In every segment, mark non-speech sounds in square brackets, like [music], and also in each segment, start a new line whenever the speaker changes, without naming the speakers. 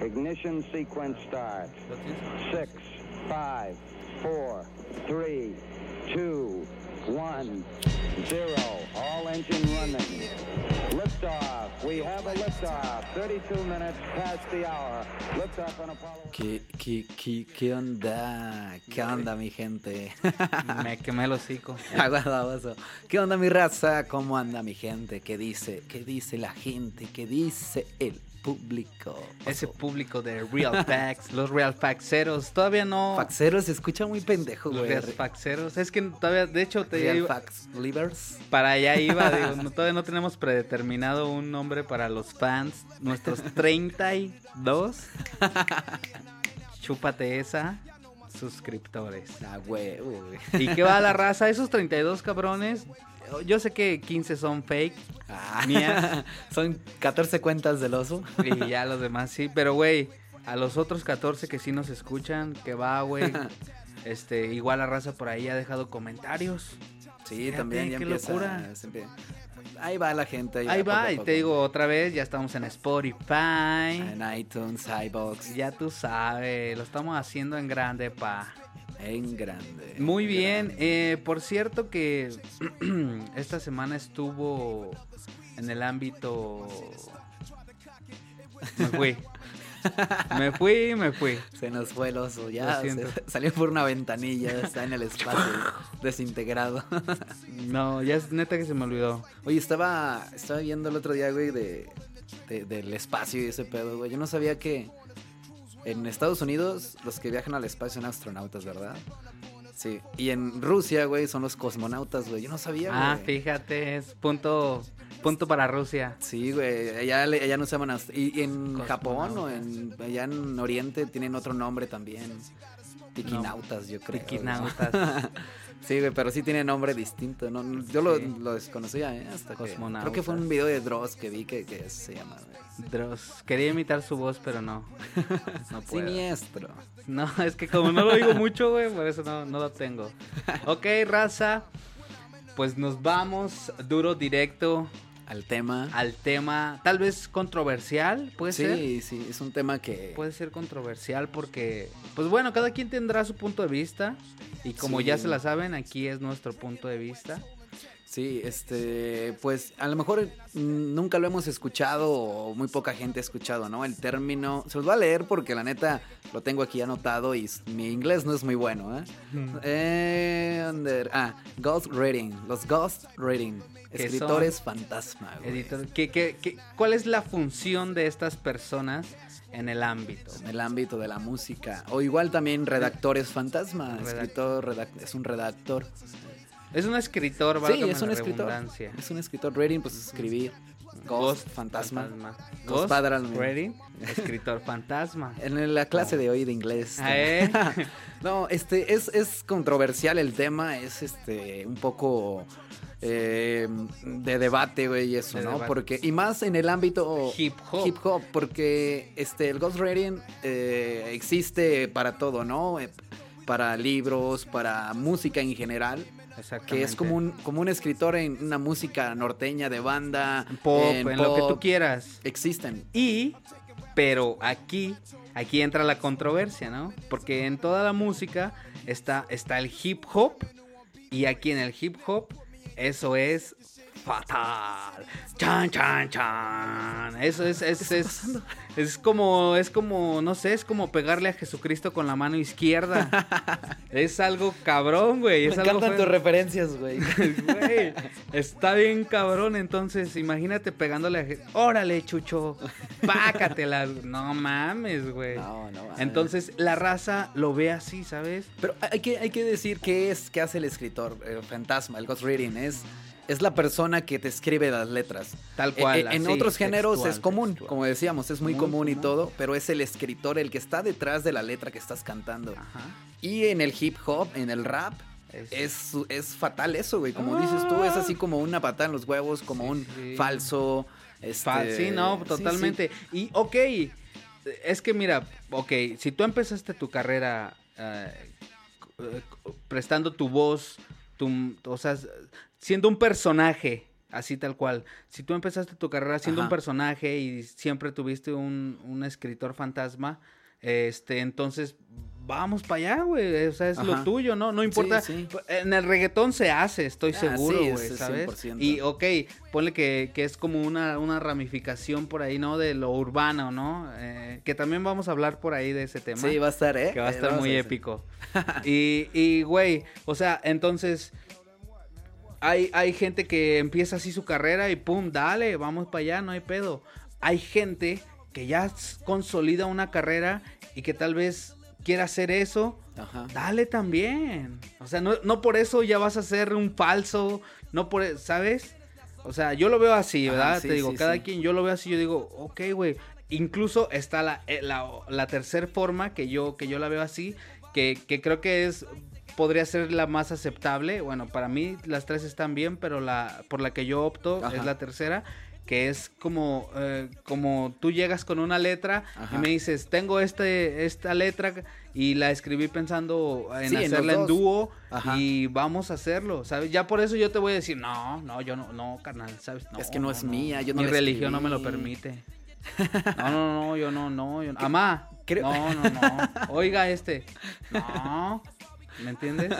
Ignition sequence starts. Six, five, four, three, two, one, zero. All engine running. Liftoff. We have a liftoff. 32 minutes past the hour. Liftoff on Apollo.
¿Qué, qué, qué, qué onda? ¿Qué onda,
[laughs]
mi gente? [laughs]
Me quemé el hocico.
Aguadabazo. ¿Qué onda, mi raza? ¿Cómo anda, mi gente? ¿Qué dice? ¿Qué dice la gente? ¿Qué dice el público?
Ese público
[laughs]
de Real Facts, los Real Faxeros, todavía no.
Faxero se escucha muy pendejo,
los
güey.
Real Faxeros. Es que todavía, de hecho, te
Real
iba-
Fax Livers.
para allá iba. digo,
[laughs]
no- todavía no tenemos predeterminado un nombre para los fans. Nuestros
[laughs]
32. Chúpate esa. Suscriptores.
Ah, güey. uy. [laughs]
¿Y qué va la raza? Esos 32 cabrones. Yo sé que 15 son fake.
Ah,
Mía.
Son 14 cuentas del oso. [laughs]
Y ya los demás sí, pero güey, a los otros 14 que sí nos escuchan, que va, güey.
[laughs]
Este, igual la raza por ahí ha dejado comentarios.
Sí,
Fíjate,
también ya
qué
empieza,
locura.
se empie- Ahí va la gente.
Ahí
poco
va,
a
y
poco.
te digo otra vez, ya estamos en Spotify.
En iTunes, iBox.
Ya tú sabes, lo estamos haciendo en grande, pa.
En grande.
Muy
en
bien,
grande.
eh, por cierto que [clears throat] esta semana estuvo en el ámbito... Me
[laughs]
fui. Me fui, me fui.
Se nos fue el oso, ya.
Lo siento.
se- [laughs] salió por una ventanilla, está en
[laughs]
el espacio, desintegrado. [laughs]
No, ya es neta que se me olvidó.
Oye, estaba, estaba viendo el otro día, güey, de, de- del espacio y ese pedo, güey. Yo no sabía que en Estados Unidos los que viajan al espacio son astronautas, ¿verdad? Sí. Y en Rusia, güey, son los cosmonautas, güey. Yo no sabía,
Ah,
güey.
fíjate, es punto, punto para Rusia.
Sí, güey, allá, le- allá no se llaman ast- y, y en
Cosmonautas.
Japón o en, allá en Oriente tienen otro nombre también. Tiquinautas, yo creo. [laughs]
Tiquinautas.
Sí, güey, pero sí tiene nombre distinto. No, no, yo lo,
Sí.
lo desconocía, ¿eh? Hasta que-
Cosmonautas.
creo que fue un video de Dross que vi que, que se llama. güey.
Dross, quería imitar su voz, pero no. No puedo.
Siniestro.
No, es que como no lo digo mucho, güey, por eso no, no lo tengo. Ok, raza, pues nos vamos duro, directo
Al tema.
al tema, tal vez controversial, puede
Ah, sí,
ser.
sí, es un tema que.
puede ser controversial porque, pues bueno, cada quien tendrá su punto de vista y como
Sí.
ya se la saben, aquí es nuestro punto de vista.
Sí, este, pues a lo mejor mm, nunca lo hemos escuchado o muy poca gente ha escuchado, ¿no? El término, se los voy a leer porque la neta lo tengo aquí anotado y s- mi inglés no es muy bueno, ¿eh? Eh, under- ah, Ghost Reading, los Ghost Reading,
¿Qué
escritores fantasma, güey.
Editor, ¿qué- qué- qué- cuál es la función de estas personas en el ámbito?
En el ámbito de la música, o igual también redactores fantasma,
Redac-
escritor, redac- es un redactor.
Es un escritor,
Sí,
válgame
es un
la
escritor.
redundancia.
Es un escritor, Reading, pues es escribir. Ghost, fantasma.
Ghost
Padre al menos. [laughs]
Ready, escritor fantasma.
En la clase de hoy de inglés.
Oh. Ah, ¿eh?
[laughs] No, este es, es controversial el tema, es este un poco eh, de debate, güey, y eso,
De
¿no?
debate.
Porque y más en el ámbito
Hip hop.
hip hop, porque este el ghostwriting eh, existe para todo, ¿no? Eh, Para libros, para música en general,
Exactamente.
que es como un como un escritor en una música norteña de banda,
pop, en, lo que tú
pop,
quieras.
Existen.
Y, pero aquí, aquí entra la controversia, ¿no? Porque en toda la música está, está el hip hop y aquí en el hip hop eso es fatal. Chan, chan, chan. Eso es, es, es, es como, es como, no sé, es como pegarle a Jesucristo con la mano izquierda. es algo cabrón, güey. Es
Me
algo
encantan
feo.
tus referencias, [laughs] güey.
Pues, Güey, está bien cabrón, entonces imagínate pegándole a... Je- Órale, chucho, pácatela. No mames, güey.
No, no, mames.
Entonces la raza lo ve así, ¿sabes?
Pero hay que, hay que decir qué es, qué hace el escritor, el fantasma, el ghost reading. Es, es la persona que te escribe las letras.
Tal cual,
Eh, eh, en
así,
otros géneros
textual,
es común,
textual.
como decíamos, es muy,
Muy
común, y
común.
todo, pero es el escritor el que está detrás de la letra que estás cantando.
Ajá.
Y en el hip hop, en el rap,
Es-
es, es fatal eso, güey. Como dices tú, es así como una patada en los huevos, como
Ah. Sí,
un
sí.
falso. este,
Fa- Sí, no,
sí,
totalmente. Y, ok, es que mira, ok, si tú empezaste tu carrera eh, c- eh, c- prestando tu voz, tu, o sea, s- siendo un personaje, así tal cual, si tú empezaste tu carrera siendo
Ajá.
un personaje y siempre tuviste un, un escritor fantasma, este, entonces... Vamos para allá, güey. O sea, es lo
Ajá.
tuyo, ¿no? No importa.
sí.
En el reggaetón se hace, estoy
Ah,
seguro,
sí,
güey,
ese es
¿sabes?
100%.
Y ok, ponle que, que es como una, una ramificación por ahí, ¿no? De lo urbano, ¿no? Eh, que también vamos a hablar por ahí de ese tema.
Sí, va a estar, ¿eh?
que va a
Eh,
estar
vamos
muy
hacer-
épico. [laughs] y, y, güey, o sea, entonces... Hay, hay gente que empieza así su carrera y pum, dale, vamos para allá, no hay pedo. Hay gente que ya s- consolida una carrera y que tal vez quiera hacer eso,
Ajá.
Dale también. O sea, no, no por eso ya vas a ser un falso. No por e- ¿sabes? O sea, yo lo veo así,
Ajá,
¿verdad?
sí,
Te digo,
sí,
cada
sí.
quien yo lo veo así, yo digo, ok, güey. Incluso está la, eh, la, la tercer forma que yo, que yo la veo así, que, que creo que es podría ser la más aceptable. Bueno, para mí las tres están bien, pero la por la que yo opto
Ajá.
es la tercera, que es como, eh, como tú llegas con una letra
Ajá.
y me dices, tengo este, esta letra y la escribí pensando en
Sí, en los
hacerla en
dos.
dúo
Ajá.
y vamos a hacerlo, ¿sabes? Ya por eso yo te voy a decir, no, no, yo no, no, carnal, ¿sabes?
Es que no es mía, yo no
Mi
la
religión no me lo
escribí. [laughs]
permite. No, no, no, yo no, no, yo no. Amá,
creo-
no, no,
[laughs]
no. Oiga este. No, ¿me entiendes?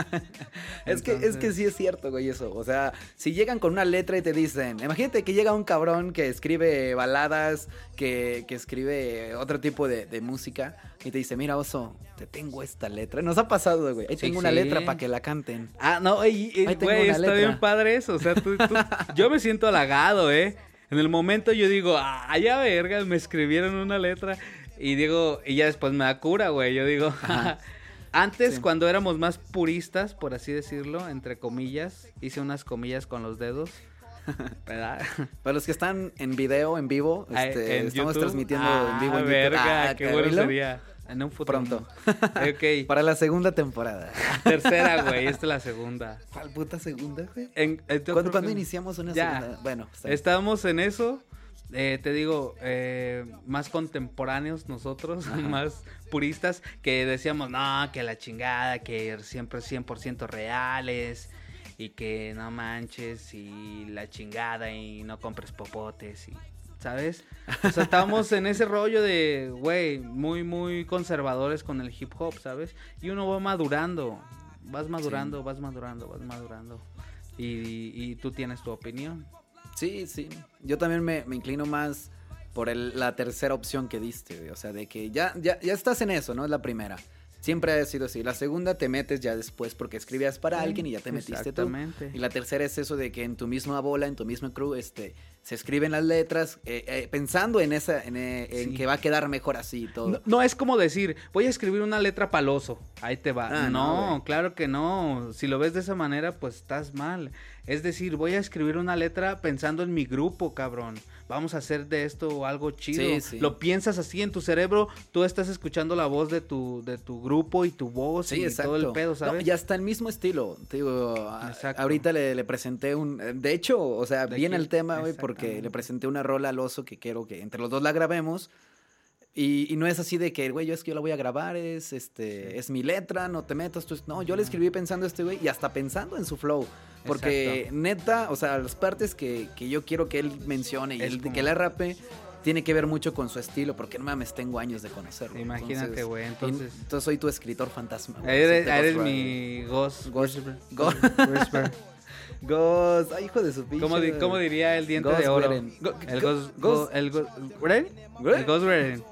Es que, es que
Entonces,
sí es cierto, güey, eso. O sea, si llegan con una letra y te dicen, imagínate que llega un cabrón que escribe baladas, que, que escribe otro tipo de, de música, y te dice, mira, oso, te tengo esta letra. Nos ha pasado, güey. Ahí
Sí,
tengo una
sí.
letra para que la canten.
Ah, no, y, y,
Ahí tengo
güey,
una
está
letra.
bien padre eso. O sea, tú- tú- yo me siento halagado, ¿eh? En el momento yo digo, ah, ya verga, me escribieron una letra. Y digo, y ya después me da cura, güey. Yo digo, [laughs] antes,
Sí.
cuando éramos más puristas, por así decirlo, entre comillas, hice unas comillas con los dedos. [laughs] ¿Verdad?
Para los que están en video, en vivo,
Ah,
este,
en
estamos
YouTube.
transmitiendo en vivo.
Ah,
en YouTube.
verga,
Ah,
qué
cabrón.
bueno sería. En un futuro.
Pronto. [laughs]
Ok.
Para la segunda temporada. [laughs]
Tercera, güey. Esta es la segunda.
¿Cuál puta segunda, güey?
En- en- yo
¿Cuándo,
creo
cuándo
que-
iniciamos una
Ya.
segunda? Bueno, está bien.
Estábamos en eso. eh, te digo, eh, más contemporáneos nosotros, más puristas, que decíamos, no, que la chingada, que siempre 100% reales y que no manches y la chingada y no compres popotes y, ¿sabes? O sea, estábamos en ese rollo de, güey, muy, muy conservadores con el hip hop, ¿sabes? Y uno va madurando, vas madurando, vas madurando, vas madurando. Y- y tú tienes tu opinión.
Sí, sí. Yo también me, me inclino más por el- la tercera opción que diste, güey. O sea, de que ya, ya, ya estás en eso, ¿no? Es la primera. Siempre ha sido así. La segunda te metes ya después porque escribías para
Sí,
alguien y ya te metiste
exactamente.
tú. Y la tercera es eso de que en tu misma bola, en tu misma crew, este, se escriben las letras eh, eh, pensando en esa, en, eh, en
Sí.
que va a quedar mejor así y todo.
No, no es como decir, voy a escribir una letra paloso, ahí te va.
Ah, no,
no,
güey.
claro que no. Si lo ves de esa manera, pues estás mal. Es decir, voy a escribir una letra pensando en mi grupo, cabrón. Vamos a hacer de esto algo chido.
Sí, sí.
Lo piensas así en tu cerebro, tú estás escuchando la voz de tu, de tu grupo y tu voz
Sí,
y
exacto.
todo el pedo,
No,
¿sabes?
y hasta el mismo estilo. Te digo, a-
Exacto.
ahorita le, le presenté un. eh, De hecho, o sea,
De
viene
aquí,
el tema, güey, porque
exactamente.
le presenté una rola al oso que quiero que entre los dos la grabemos. Y, y no es así de que, güey, yo es que yo la voy a grabar, es este
Sí.
es mi letra, no te metas. Tú, es- no, yo le escribí pensando a este güey y hasta pensando en su flow. Porque
Exacto.
neta, o sea, las partes que, que yo quiero que él mencione y
Es
él-
como-
que él rape tiene que ver mucho con su estilo, porque no mames, tengo años de conocerlo.
Imagínate, güey, entonces-
Entonces soy tu escritor fantasma. güey,
Eres,
así te
eres
Ghost Rider.
mi ghost.
Ghost-
whisperer. [laughs]
Ghost-
whisperer.
Ghost. Ay, hijo de su pinche.
¿Cómo, di- cómo diría el diente
Ghost
de oro?
Whedon. Go-
el
go-
Ghost.
Ghost-
go- el Ghost. ¿Whedon?
¿Whedon?
El Ghost
[laughs]
Whedon.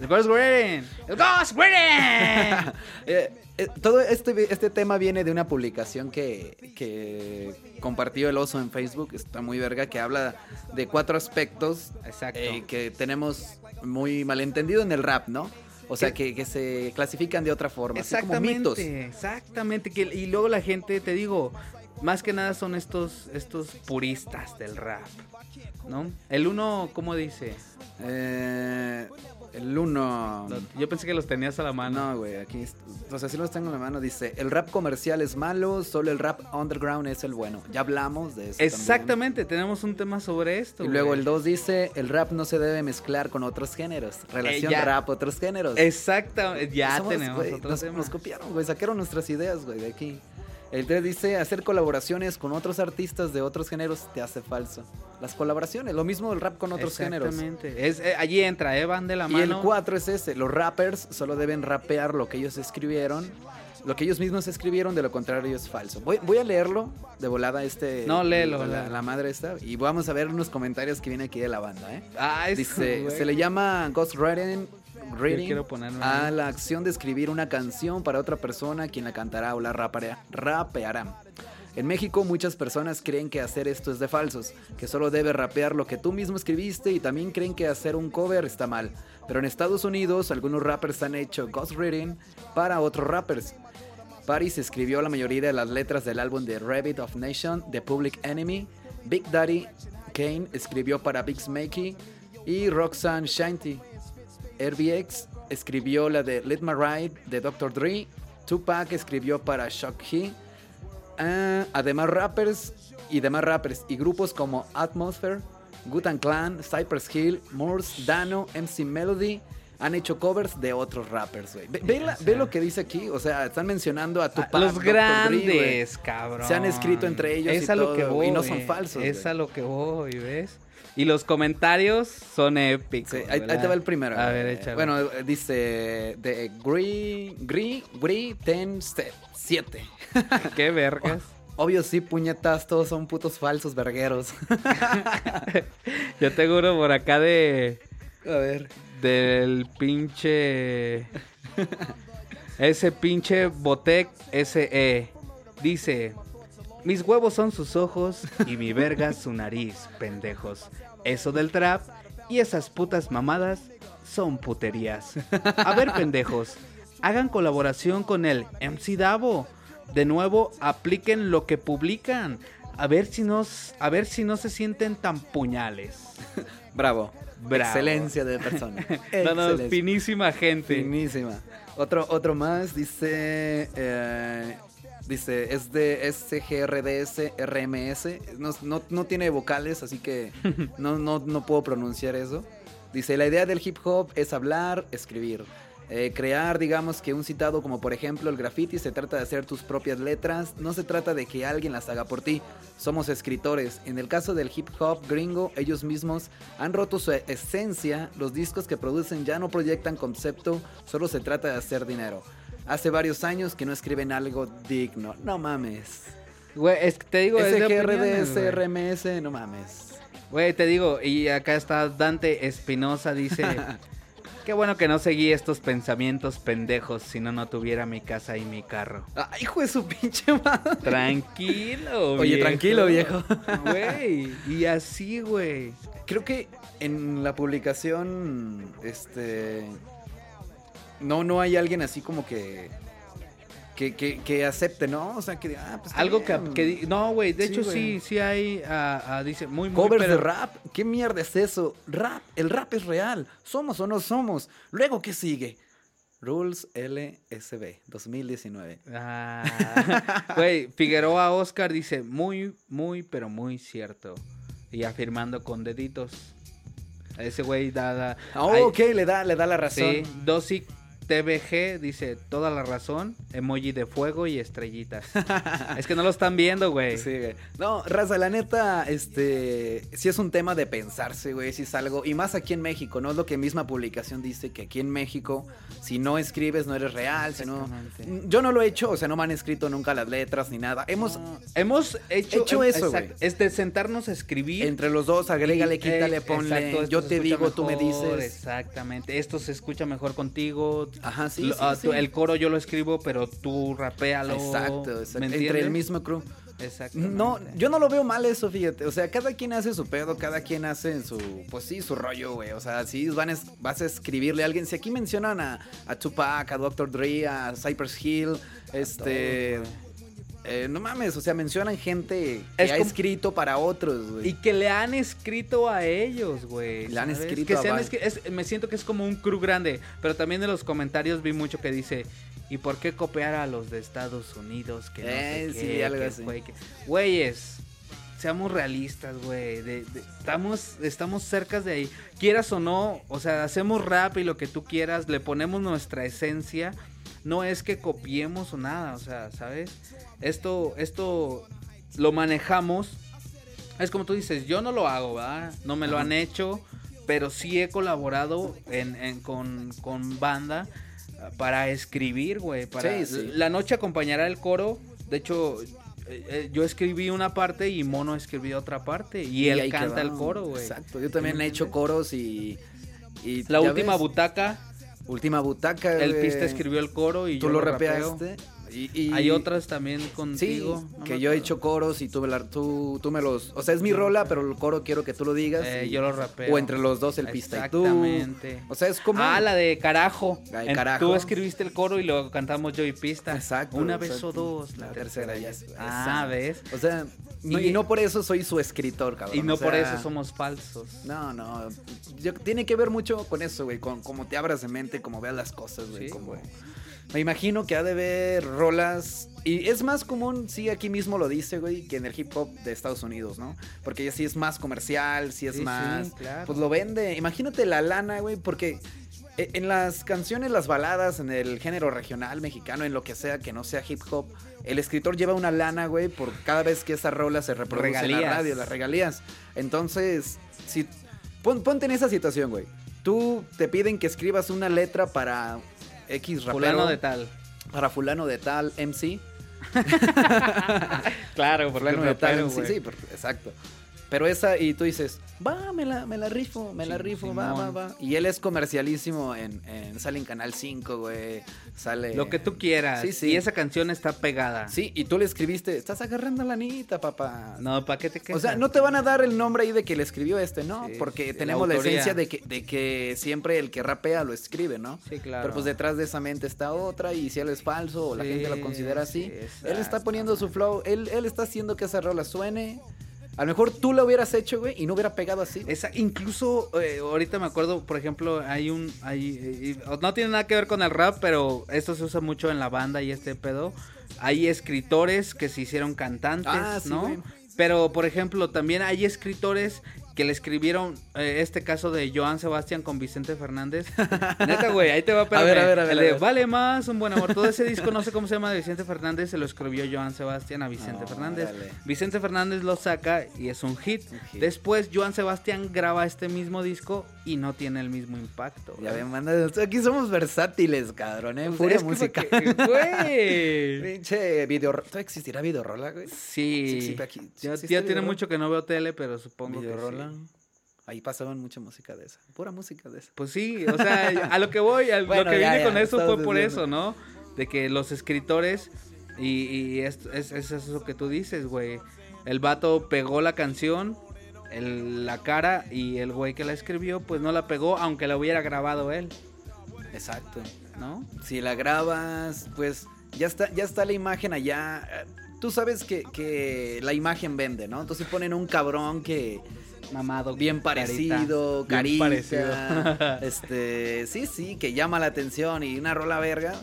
El Ghost Whedon. El Ghost Whedon.
Eh, eh, todo este, este tema viene de una publicación que, que compartió el oso en Facebook. Está muy verga. Que habla de cuatro aspectos
Exacto.
eh, que tenemos muy malentendido en el rap, ¿no? O
Eh,
sea, que, que se clasifican de otra forma. así como mitos.
Exactamente, exactamente. Que, y luego la gente, te digo, más que nada son estos, estos puristas del rap, ¿no? El uno, ¿cómo dice?
Eh, el uno.
Yo pensé que los tenías a la mano.
No, güey, aquí. est- O sea, sí los tengo en la mano. Dice: el rap comercial es malo, solo el rap underground es el bueno. Ya hablamos de eso. también.
Exactamente, tenemos un tema sobre esto.
Y luego
güey.
el 2 dice: el rap no se debe mezclar con otros géneros. Relación
Eh, ya.
rap, otros géneros.
Exactamente, ya
Somos,
tenemos
güey,
otro
nos,
tema.
nos copiaron, güey. Sacaron nuestras ideas, güey, de aquí. El 3 dice: hacer colaboraciones con otros artistas de otros géneros te hace falso. Las colaboraciones, lo mismo el rap con otros géneros.
Exactamente. Es, eh, allí entra, eh, van de la
Y
mano.
el 4 es ese, los rappers solo deben rapear lo que ellos escribieron, lo que ellos mismos escribieron, de lo contrario es falso. Voy, voy a leerlo de volada este...
No, léelo,
La,
léelo.
la madre esta, y vamos a ver unos comentarios que viene aquí de la banda, ¿eh?
Ah, es-
Dice,
güey.
se le llama ghostwriting reading
quiero ponerme
a
ahí.
la acción de escribir una canción para otra persona quien la cantará o la raparea- rapeará. En México muchas personas creen que hacer esto es de falsos, que solo debe rapear lo que tú mismo escribiste y también creen que hacer un cover está mal. Pero en Estados Unidos algunos rappers han hecho ghostwriting para otros rappers. Paris escribió la mayoría de las letras del álbum de Rabbit of Nation de Public Enemy. Big Daddy Kane escribió para Big Smakey y Roxanne Shanty. RBX escribió la de Let My Ride de Dr. Dre. Tupac escribió para Shock He. Ah, además rappers y demás rappers y grupos como Atmosphere, Gutan Clan, Cypress Hill, Morse, Dano, MC Melody han hecho covers de otros rappers, güey. Ve, ve la- ve lo que dice aquí, o sea, están mencionando a Tupac,
Ah, los
Dr. Dre, güey.
grandes, cabrón.
Se han escrito entre ellos
Es
y
a lo que
todo,
voy.
y no son falsos,
Es
güey.
a lo que voy, ¿ves? Y los comentarios son épicos.
Sí, ahí, ahí
¿verdad?
te va el primero.
A
güey.
ver, échale.
Bueno, eh, dice de Gree, Gree, Gree, Ten, Set- Siete.
[laughs] qué vergas.
Obvio sí, puñetas, todos son putos falsos vergueros. [laughs]
Yo te juro por acá de.
A ver.
Del pinche. Ese pinche Botec SE. Dice: Mis huevos son sus ojos y mi verga su nariz, pendejos. Eso del trap y esas putas mamadas son puterías. A ver, pendejos, hagan colaboración con el MC Davo. De nuevo, apliquen lo que publican. A ver si nos, a ver si no se sienten tan puñales.
Bravo.
Bravo.
Excelencia de persona.
[laughs] No, no,
Excelencia.
finísima gente.
Finísima. Otro, otro más dice. eh, dice, es de SGRDS RMS. No, no, no tiene vocales,
[laughs]
así que no, no, no puedo pronunciar eso. Dice, la idea del hip hop es hablar, escribir. Eh, crear, digamos que un citado como por ejemplo el graffiti, se trata de hacer tus propias letras, no se trata de que alguien las haga por ti, somos escritores. En el caso del hip hop gringo, ellos mismos han roto su esencia, los discos que producen ya no proyectan concepto, solo se trata de hacer dinero. Hace varios años que no escriben algo digno, no mames.
Güey, es que te digo, es de opiniones, güey.
SGRDSRMS, no mames.
Güey, te digo, y acá está Dante Espinosa,
[laughs]
dice... Qué bueno que no seguí estos pensamientos pendejos, si no, no tuviera mi casa y mi
[laughs]
carro.
Ah, hijo de su pinche madre.
Tranquilo,
Oye, tranquilo, viejo.
Güey, y así, güey.
Creo que en la publicación, este, no, no hay alguien así como que, que, que, que acepte, ¿no? O sea, que diga, ah, pues está
Algo que...
bien.
que di- no, güey, de
Sí,
hecho sí,
güey.
sí hay... ah, ah, dice, muy, muy...
Covers
pero-
de rap, ¿qué mierda es eso? Rap, el rap es real, somos o no somos. Luego, ¿qué sigue? Rules LSB 2019.
Ah, Güey, Figueroa Oscar dice muy, muy, pero muy cierto. Y afirmando con deditos. Ese güey da... da-
Ah,
Ay,
ok, le da, le da la razón.
Sí, Dosic TBG dice toda la razón, emoji de fuego y
[laughs]
estrellitas. es que no lo están viendo, güey.
Sí, güey. No, raza, la neta, este, sí es un tema de pensarse, güey, si es algo, y más aquí en México, ¿no? Es lo que misma publicación dice, que aquí en México, si no escribes, no eres real, si no...
Exactamente.
Yo no lo he hecho, o sea, no me han escrito nunca las letras ni nada. Hemos,
Hemos hecho,
Hecho eso,
exacto,
güey.
Es de sentarnos a escribir.
entre los dos, agrégale,
Y,
quítale,
eh,
ponle,
exacto, esto
yo
se
te
escucha
digo, tú me
mejor,
dices.
Exactamente. Esto se escucha mejor contigo.
Ajá, sí,
Lo-
sí,
ah,
sí.
tú- El coro yo lo escribo, pero tú rapéalo.
Exacto, exacto.
¿me
entre el
entiendes?
mismo crew.
Exactamente.
No, yo no lo veo mal eso, fíjate. O sea, cada quien hace su pedo, cada quien hace su, pues sí, su rollo, güey. O sea, si van es- vas a escribirle a alguien, si aquí mencionan a, a Tupac, a Dr. Dre, a Cypress Hill, este... eh, no mames, o sea, mencionan gente que
Es
ha
como-
escrito para otros, güey.
Y que le han escrito a ellos, güey.
Le han
¿sabes?
escrito
Que se
a
han
varios.
escri- es- me siento que es como un crew grande. Pero también en los comentarios vi mucho que dice. ¿Y por qué copiar a los de Estados Unidos? Que no
Eh,
sé
sí,
qué,
algo
que
así.
fue que- Güeyes, seamos realistas, güey. de- de- estamos, estamos cerca de ahí. Quieras o no, o sea, hacemos rap y lo que tú quieras, le ponemos nuestra esencia. No es que copiemos o nada, o sea, ¿sabes? Esto, esto lo manejamos es como tú dices, yo no lo hago, ¿verdad? No me lo han hecho, pero sí he colaborado en, en- con, con banda ah, para escribir, güey. Para...
Sí, sí.
La noche acompañará el coro. De hecho, eh, eh, yo escribí una parte y Mono escribió otra parte. Y, él
ahí
canta el
quedaron.
coro, güey.
Exacto, yo también he hecho coros y... y
La
ya
última
ves,
butaca,
última butaca,
el
güey.
pista escribió el coro y
Tú
yo
lo
lo rapeo.
rapeaste. Y, y-
Hay otras también
Sí,
contigo. no
que
me
yo he
acuerdo.
hecho coros y tú me, la- tú, tú me los... O sea, es mi rola, pero el coro quiero que tú lo digas.
Eh,
y-
yo lo rapeo.
O entre los dos, el pista y tú.
Exactamente.
O sea, es como...
Ah, la de carajo.
La de
En-
carajo.
Tú escribiste el coro y lo cantamos yo y pista.
Exacto,
Una
exacto.
vez o dos.
La tercera ya es-
Ah,
exacto.
¿ves?
O sea,
No,
y,
y-
no por eso soy su escritor, cabrón.
Y no
o
por
sea,
eso somos falsos.
No, no. Yo- tiene que ver mucho con eso, güey. Con cómo te abras de mente, cómo veas las cosas, güey.
Sí,
como-
güey.
Me imagino que ha de ver rolas. Y es más común, sí, aquí mismo lo dice, güey, que en el hip hop de Estados Unidos, ¿no? Porque ya sí es más comercial, sí es
Sí, sí,
más.
claro.
Pues lo vende. Imagínate la lana, güey, porque. e- En las canciones, las baladas, en el género regional mexicano, en lo que sea que no sea hip hop, el escritor lleva una lana, güey, por cada vez que esa rola se reproduce en la
Regalías.
radio, las regalías. Entonces, si pon- ponte en esa situación, güey. Tú te piden que escribas una letra para X rapero,
Fulano de tal.
para fulano de tal MC,
Claro, porque
fulano de tal
rapero,
MC,
güey.
sí, porque- exacto. Pero esa y tú dices, "Va, me la, me la rifo, me la
Sí,
rifo, va, va,
Simón.
va." Y él es comercialísimo en, en- sale en Canal 5, güey, sale
Lo que tú quieras.
Sí, sí.
Y esa canción está pegada.
Sí, y tú le escribiste, "Estás agarrando la anita, papá."
No, ¿para qué te quejas?
O sea, no te van a dar el nombre ahí de que le escribió este, ¿no?
Sí,
Porque
sí, la
tenemos la,
autoría.
esencia de que, de que siempre el que rapea lo escribe, ¿no?
Sí, claro.
Pero pues detrás de esa mente está otra y si él es falso o la
Sí,
gente lo considera así,
sí,
él está poniendo su flow, él, él está haciendo que esa rola suene. A lo mejor tú la hubieras hecho, güey, y no hubiera pegado así.
Esa, incluso eh, ahorita me acuerdo, por ejemplo, hay un. Hay, eh, y- no tiene nada que ver con el rap, pero esto se usa mucho en la banda y este pedo. Hay escritores que se hicieron cantantes,
Ah, sí,
¿no?
güey.
Pero, por ejemplo, también hay escritores que le escribieron eh, este caso de Joan Sebastián con Vicente
[laughs]
Fernández. Neta, güey, ahí te va espérame.
A ver, a ver, a ver,
El
a
de
ver.
Vale Más, Un Buen Amor. Todo ese disco, no sé cómo se llama, de Vicente Fernández, se lo escribió Joan Sebastián a Vicente Fernández.
Órale.
Vicente Fernández lo saca y es un hit.
Un hit.
Después Joan Sebastián graba este mismo disco y no tiene el mismo impacto.
Ya
güey. Pues,
ven, manda, aquí somos versátiles, cabrón, ¿eh? Pura
Es que
música.
porque-
[laughs]
güey.
Pinche video... ¿Todavía existirá videorola, güey? Sí, sí,
Sí.
pero aquí-
Ya,
¿sí
ya
está
tiene
Videorola?
mucho que no veo tele, pero supongo que
Videorola.
sí.
Ahí pasaban mucha música de esa, pura música de esa.
Pues sí, o sea, [laughs] a lo que voy, a
Bueno,
lo que
ya,
vine
ya,
con eso fue
estamos
por
desviando.
eso, ¿no? De que los escritores, y, y es, es, es eso que tú dices, güey. El vato pegó la canción, el- la cara, y el güey que la escribió, pues no la pegó, aunque la hubiera grabado él,
Exacto.
¿no?
si la grabas, pues ya está, ya está la imagen allá. Eh, Tú sabes que, que la imagen vende, ¿no? Entonces ponen un cabrón que
Mamado.
bien
carita,
parecido,
bien
carita, [laughs]
parecido.
este, sí, sí, que llama la atención y una rola verga.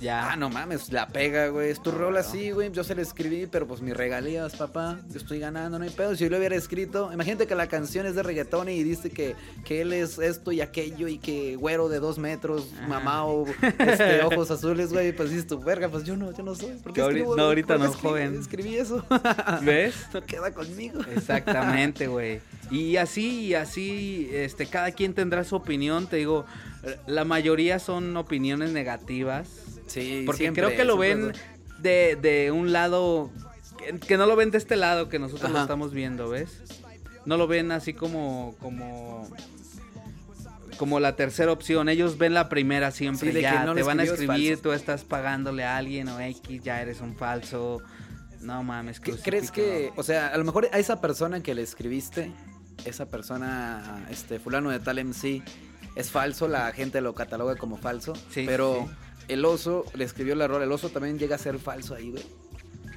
ya.
Ah, no mames, la pega, güey. Es tu rola
Ah, claro.
así, güey. Yo se la escribí, pero pues mis regalías, papá. Yo estoy ganando, no hay pedo. Si yo lo hubiera escrito, imagínate que la canción es de reggaetón y dice que, que él es esto y aquello y que güero de dos metros,
Ajá.
mamá
[laughs]
o este, ojos azules, güey. Pues dices tu verga, pues yo no, yo no soy. ¿Por qué
Que ahori-
escribo,
no, ahorita
¿Por qué
no,
escribí-
joven.
Escribí eso. [laughs]
¿Ves?
no queda conmigo. [laughs]
Exactamente, güey. Y así, y así, este, cada quien tendrá su opinión, te digo, la mayoría son opiniones negativas,
Sí,
porque creo que lo ven de, de un lado, que, que no lo ven de este lado que nosotros lo
Ajá.
estamos viendo, ¿ves? No lo ven así como, como, como la tercera opción, ellos ven la primera siempre,
Sí, de
ya,
que no
te
lo
van a
escribió, es
escribir,
falso.
tú estás pagándole a alguien o X, ya eres un falso, no mames,
¿Qué- ¿Crees
crucifícalo.
que, o sea, a lo mejor a esa persona que le escribiste, esa persona, este, fulano de tal MC, es falso, la gente lo cataloga como falso,
Sí,
pero el oso le escribió la rola, el oso también llega a ser falso ahí, güey.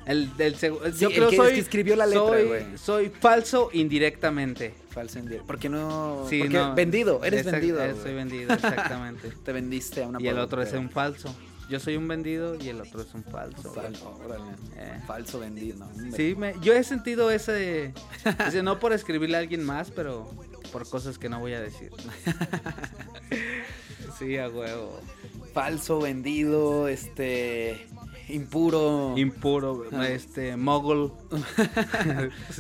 El, del seg-
Sí,
yo
el
creo
que-
soy,
el que escribió la letra,
soy-
güey.
soy falso indirectamente.
Falso indirecto. Porque no.
Sí,
Oh, porque
no.
vendido, eres
Exact-
vendido.
eh,
güey.
Soy vendido,
[laughs]
exactamente.
Te vendiste a una
y el otro es
productora.
un falso. Yo soy un vendido y el otro es un falso. güey.
Falso, órale.
Eh.
Falso vendido. no, hombre.
Sí, me- yo he sentido ese, ese no por escribirle a alguien más, pero por cosas que no voy a
[laughs]
decir. Sí, a huevo.
Falso vendido, este. Impuro.
Impuro,
Ah.
este,
[laughs]
mogul.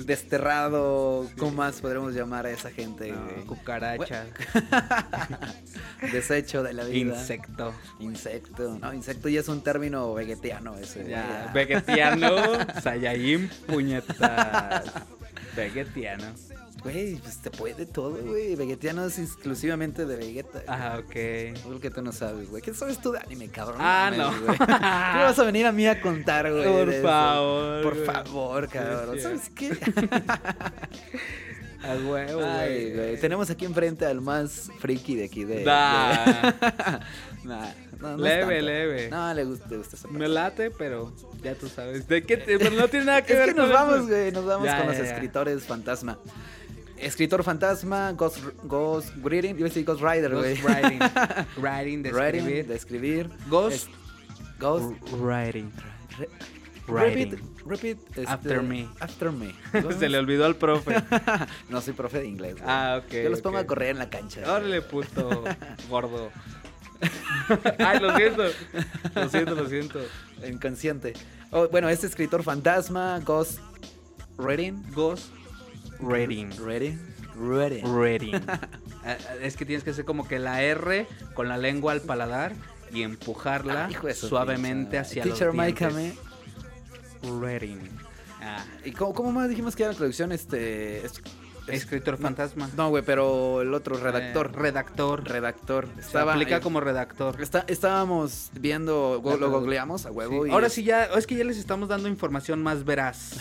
desterrado. ¿Cómo más podremos llamar a esa gente? güey?
No, cucaracha,
[laughs] Desecho de la vida.
insecto.
Insecto. No, insecto ya es un término vegetiano ese. güey,
Ya,
ya.
vegetiano,
[laughs]
Saiyajin, puñetas. Vegetiano.
Güey, pues te puede todo, güey. Vegetiano es exclusivamente de Vegeta. güey.
Ah, ok.
Es lo que tú no sabes, güey. ¿Qué sabes tú de anime, cabrón?
Ah,
mames,
no. [laughs]
güey. ¿Qué me vas a venir a mí a contar, güey?
Por
de eso?
favor,
Por
güey.
favor, cabrón.
Sí, sí.
¿Sabes qué?
[laughs] A huevo,
Ay, güey. Tenemos aquí enfrente al más friki de aquí de. [laughs]
Da.
de- Nah, no, no es
Leve,
tanto.
leve.
No, le gusta, le gusta esa
Me
parte.
late, pero ya tú sabes. ¿De qué te- pero no tiene nada que
Es
ver
que nos
con
vamos,
eso.
güey. Nos vamos
Ya,
con
ya,
los
ya.
escritores fantasma. Escritor fantasma, Ghost, Ghost Greeting. Iba a decir Ghost Rider, güey.
Ghost writing. Writing
[laughs]
de
Writing,
escribir.
de escribir.
Ghost
Es- Ghost.
writing.
re-
Writing.
Repeat, repeat. este,
After me.
After me.
[laughs] Se le olvidó al profe.
No soy profe de inglés. güey.
Ah, ok,
Yo los
ok.
pongo a correr en la cancha. güey.
Órale, puto gordo. Ay, lo siento. Lo siento, lo siento.
Inconsciente. Oh, bueno, este escritor fantasma, Ghost Reading.
Ghost writing.
Reading. Reading.
Writing. Ah, ah, Es que tienes que hacer como que la R con la lengua al paladar y empujarla
Ah, hijo de su
suavemente
pinche
hacia
madre. Teacher
los
Mike
dientes. Writing. Ah,
¿Y cómo, cómo más dijimos que era la traducción? Este. es-
escritor fantasma.
No, güey, pero el otro,
Eh,
redactor.
redactor.
redactor.
Se
Estaba.
aplica como redactor.
Está- estábamos viendo, go- lo
Ajá.
googleamos a huevo.
Sí.
y
Ahora sí ya, es que ya les estamos dando información más veraz.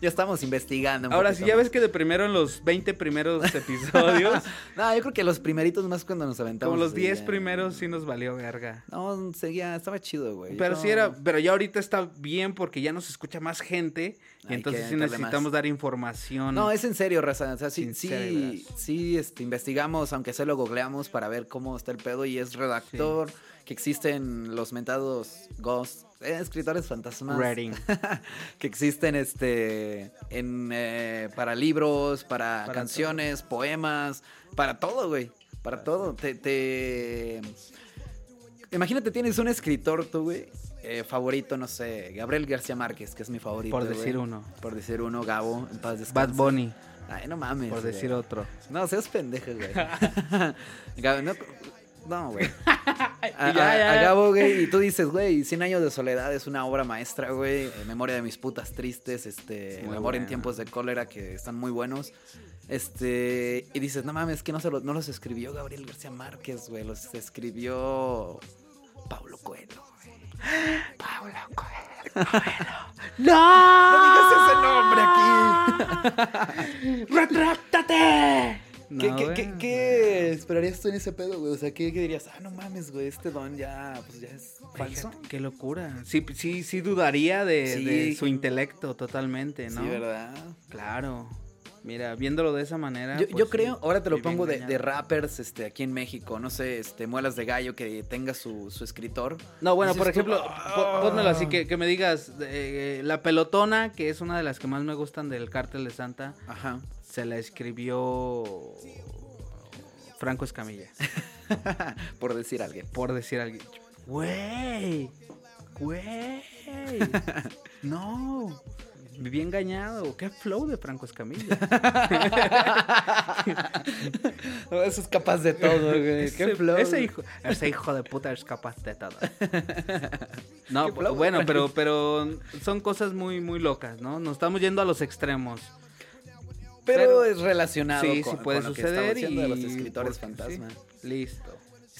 ya estamos investigando. [laughs] un
Ahora sí
poquito
ya
más.
ves que de primero en los 20
[laughs]
primeros episodios,
No, yo creo que los primeritos más cuando nos aventamos.
como los
así,
10
ya.
primeros sí nos valió verga.
No, seguía, estaba chido, güey.
Pero
No.
sí era, pero ya ahorita está bien porque ya nos escucha más gente
Hay
y
que
entonces sí
meterle
necesitamos
más.
dar información.
No, es en serio, raza. O sea, sí,
Sincera y
sí,
veraz.
sí, este, investigamos, aunque se lo googleamos para ver cómo está el pedo. Y es redactor, que existen los mentados ghosts, eh, escritores fantasmas. [laughs]
Writing.
que existen este en eh, para libros, para,
Para
canciones, poemas, para todo, güey. Para todo. Te, te- Imagínate, tienes un escritor, tú, güey. eh, favorito, no sé, Gabriel García Márquez, que es mi favorito.
Por decir
güey.
uno.
Por decir uno, Gabo, en paz descanse.
Bad Bunny,
Ay, no mames.
por
güey.
decir otro.
No, seas pendejo,
[laughs]
güey. Gabo, no, no, güey. A,
ya,
a-
ya,
a
ya.
Gabo, güey, y tú dices, güey, 100 años de soledad es una obra maestra, güey. Eh, Memoria de mis putas tristes, este,
Muy
Memoria en
buena.
tiempos de cólera, que están muy buenos. Este, y dices, no mames, que no, se lo- no los escribió Gabriel García Márquez, güey, los escribió Pablo Coelho. Pablo Coelho.
¡No!
No digas ese nombre aquí.
[laughs] ¡Retráctate!
¿Qué,
No,
qué-
güey.
qué- qué esperarías tú en ese pedo, güey? O sea, ¿qué, qué dirías? Ah, no mames, güey, este don ya, pues ya es falso.
Fíjate, qué locura. Sí, sí, sí dudaría de,
Sí.
de su intelecto totalmente, ¿no?
Sí, ¿verdad?
Claro. Mira, viéndolo de esa manera.
Yo,
pues,
yo
sí,
creo, ahora te lo
viví
pongo de, de
engañado.
rappers este, aquí en México, no sé, este, Muelas de Gallo que tenga su, su escritor.
No, bueno,
Dices
por
tú,
ejemplo,
"Ah".
pó- pónmelo así, que, que me digas, eh, eh, La Pelotona, que es una de las que más me gustan del Cártel de Santa,
Ajá.
se la escribió Franco Escamilla,
Por decir a alguien.
por decir alguien. Güey, [laughs] güey, no, viví engañado, qué flow de Franco Escamilla.
Eso es capaz de todo, güey. [laughs]
Ese-
Eh, Qué flow.
Ese hijo, [laughs] ese hijo de puta es capaz de
[laughs]
todo. No,
Qué flow,
bueno,
güey.
pero, pero son cosas muy, muy locas, ¿no? Nos estamos yendo a los extremos.
Pero,
pero-
es relacionado
sí,
con,
sí puede
con lo que estaba
suceder.
diciendo
y
de los escritores
porque
fantasma. Sí.
sí. Listo.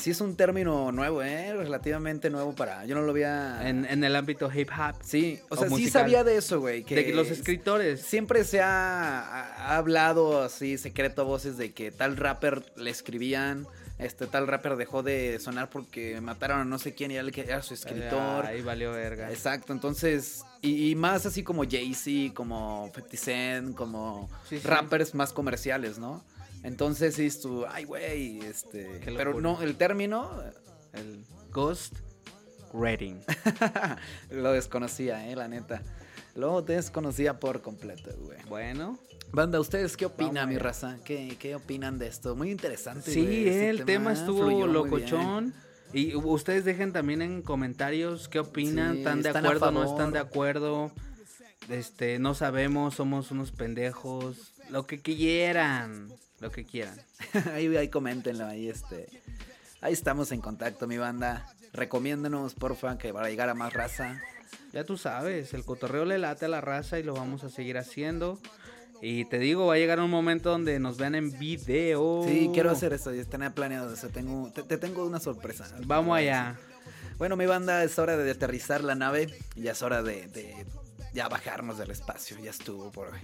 es un término nuevo, ¿eh? Relativamente nuevo para... Yo no lo había...
En, en el ámbito hip hop.
Sí, o,
o
sea, sí
musical.
sabía de eso, güey. Que
de que los escritores.
Siempre se ha, ha- ha hablado así secreto a voces de que tal rapper le escribían este tal rapper dejó de sonar porque mataron a no sé quién y era, el que era su escritor.
Ahí valió verga.
Exacto, entonces, y, y más así como Jay-Z, como 50 Cent, como
Sí, sí.
rappers más comerciales, ¿no? Entonces, sí, tú, ay, güey, este.
Qué
Pero
locura.
no, el término
El Ghost
[laughs]
Reading.
lo desconocía, ¿eh? La neta. Lo desconocía por completo, güey.
Bueno,
Banda, ¿ustedes qué opinan,
Vamos
mi
allá.
raza? ¿Qué, ¿Qué opinan de esto? Muy interesante.
sí,
güey, este
el tema, estuvo
fluyó muy bien.
locochón. Y ustedes dejen también en comentarios qué opinan,
Sí,
están de
¿están a
acuerdo, no están
favor?
de acuerdo. Este, no sabemos, somos unos pendejos. Lo que quieran, lo que quieran.
[laughs] ahí, ahí coméntenlo, ahí este. Ahí estamos en contacto, mi banda. Recomiéndenos, porfa, que para llegar a más raza.
Ya tú sabes, el cotorreo le late a la raza y lo vamos a seguir haciendo. Y te digo, va a llegar un momento donde nos vean en video.
Sí, quiero hacer eso, ya tenía planeado eso. Tengo, te, te tengo una sorpresa.
Vamos allá.
Bueno, mi banda, es hora de aterrizar la nave. Ya es hora de, de ya bajarnos del espacio. Ya estuvo por hoy.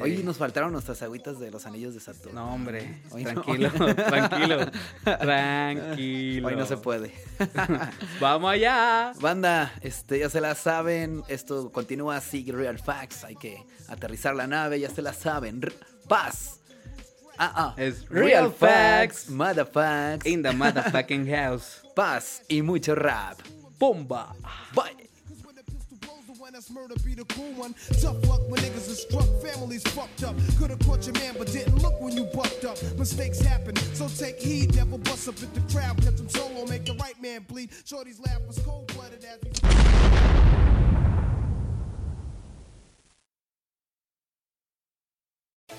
Hoy
Sí.
nos faltaron nuestras agüitas de los anillos de Saturno.
No, hombre,
Hoy no.
tranquilo, [laughs]
[laughs]
tranquilo, tranquilo.
Hoy no se puede.
Vamos allá.
Banda, este, ya se la saben, esto continúa así, Real Facts, hay que aterrizar la nave, ya se la saben. R- paz. Ah, ah.
Es Real Facts.
Mother Facts,
In the motherfucking house.
paz y mucho rap.
Bomba.
Bye.
When that's murder, be the cool one. Tough luck when niggas are struck, families fucked up. Coulda caught your man, but didn't look when you bucked up. Mistakes happen, so take heed. Never bust up at the crowd, cut them solo, make the right man bleed. Shorty's laugh was cold blooded as he.